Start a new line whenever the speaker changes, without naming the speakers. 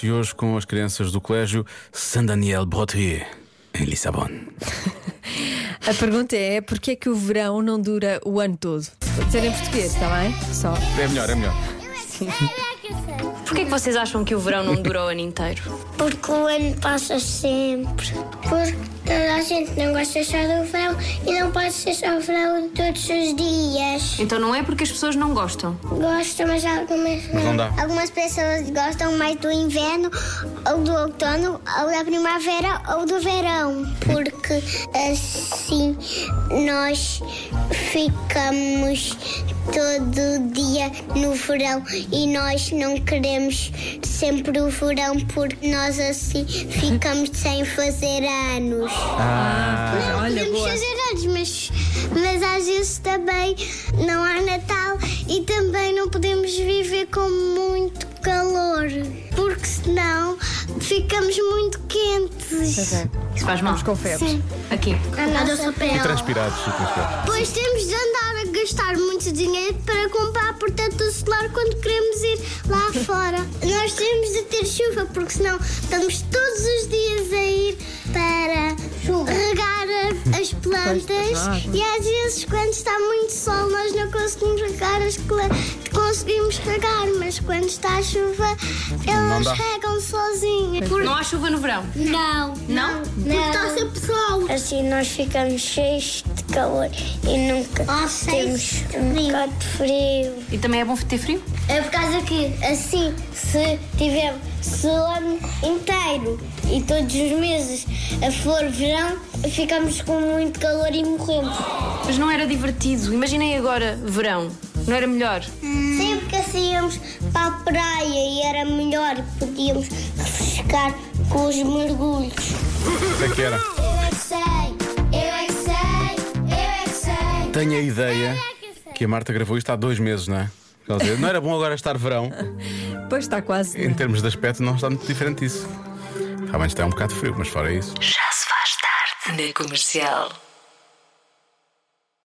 e hoje com as crianças do colégio Saint-Daniel Brotier, em Lissabon.
A pergunta é: porquê é que o verão não dura o ano todo? Vou dizer em português, está bem? Só.
É melhor, é melhor.
Porquê é que vocês acham que o verão não dura o ano inteiro?
Porque o ano passa sempre. Porque toda a gente não gosta só do verão e não pode ser só o verão todos os dias.
Então não é porque as pessoas não gostam.
Gosto, mas algumas
Mas não dá.
Algumas pessoas gostam mais do inverno, ou do outono, ou da primavera, ou do verão. Porque assim nós ficamos todo dia no verão e nós não queremos sempre o verão porque nós assim ficamos sem fazer anos.
Ah, olha,
Podemos
boa.
fazer anos, mas, mas às vezes também não há Natal e também não podemos viver com muito calor, porque senão ficamos muito quentes.
Isso faz mal.
Vamos com febre.
Sim,
Aqui.
a nossa
E
pele.
transpirados, e transpirados.
Pois temos de andar a gastar muito dinheiro para comprar protetor solar quando queremos ir lá fora. Nós temos de ter chuva, porque senão estamos todos os dias a ir para regar a- as plantas e às vezes quando está muito sol nós não conseguimos regar as plantas. Conseguimos regar, mas quando está a chuva elas
dá.
regam sozinhas. Por-
Não há chuva no verão.
não.
Não?
Porque está sempre sol. Assim nós ficamos cheios de calor e nunca temos um bocado Ah, de frio.
E também é bom ter frio?
É por causa que assim, se tivermos se o ano inteiro e todos os meses a for verão, ficamos com muito calor e morremos.
Mas não era divertido. Imaginem agora verão. Não era melhor?
Sempre que assim íamos para a praia e era melhor, podíamos refrescar com os mergulhos.
Isso é que era.
Eu é que sei, eu é que sei, eu é que sei.
Tenho a ideia que a Marta gravou isto há dois meses, não é? Quer dizer, não era bom agora estar verão.
Pois está quase. é?
Em termos de aspecto, não está muito diferente disso. Realmente está um bocado frio, mas fora isso.
Já se faz tarde na comercial.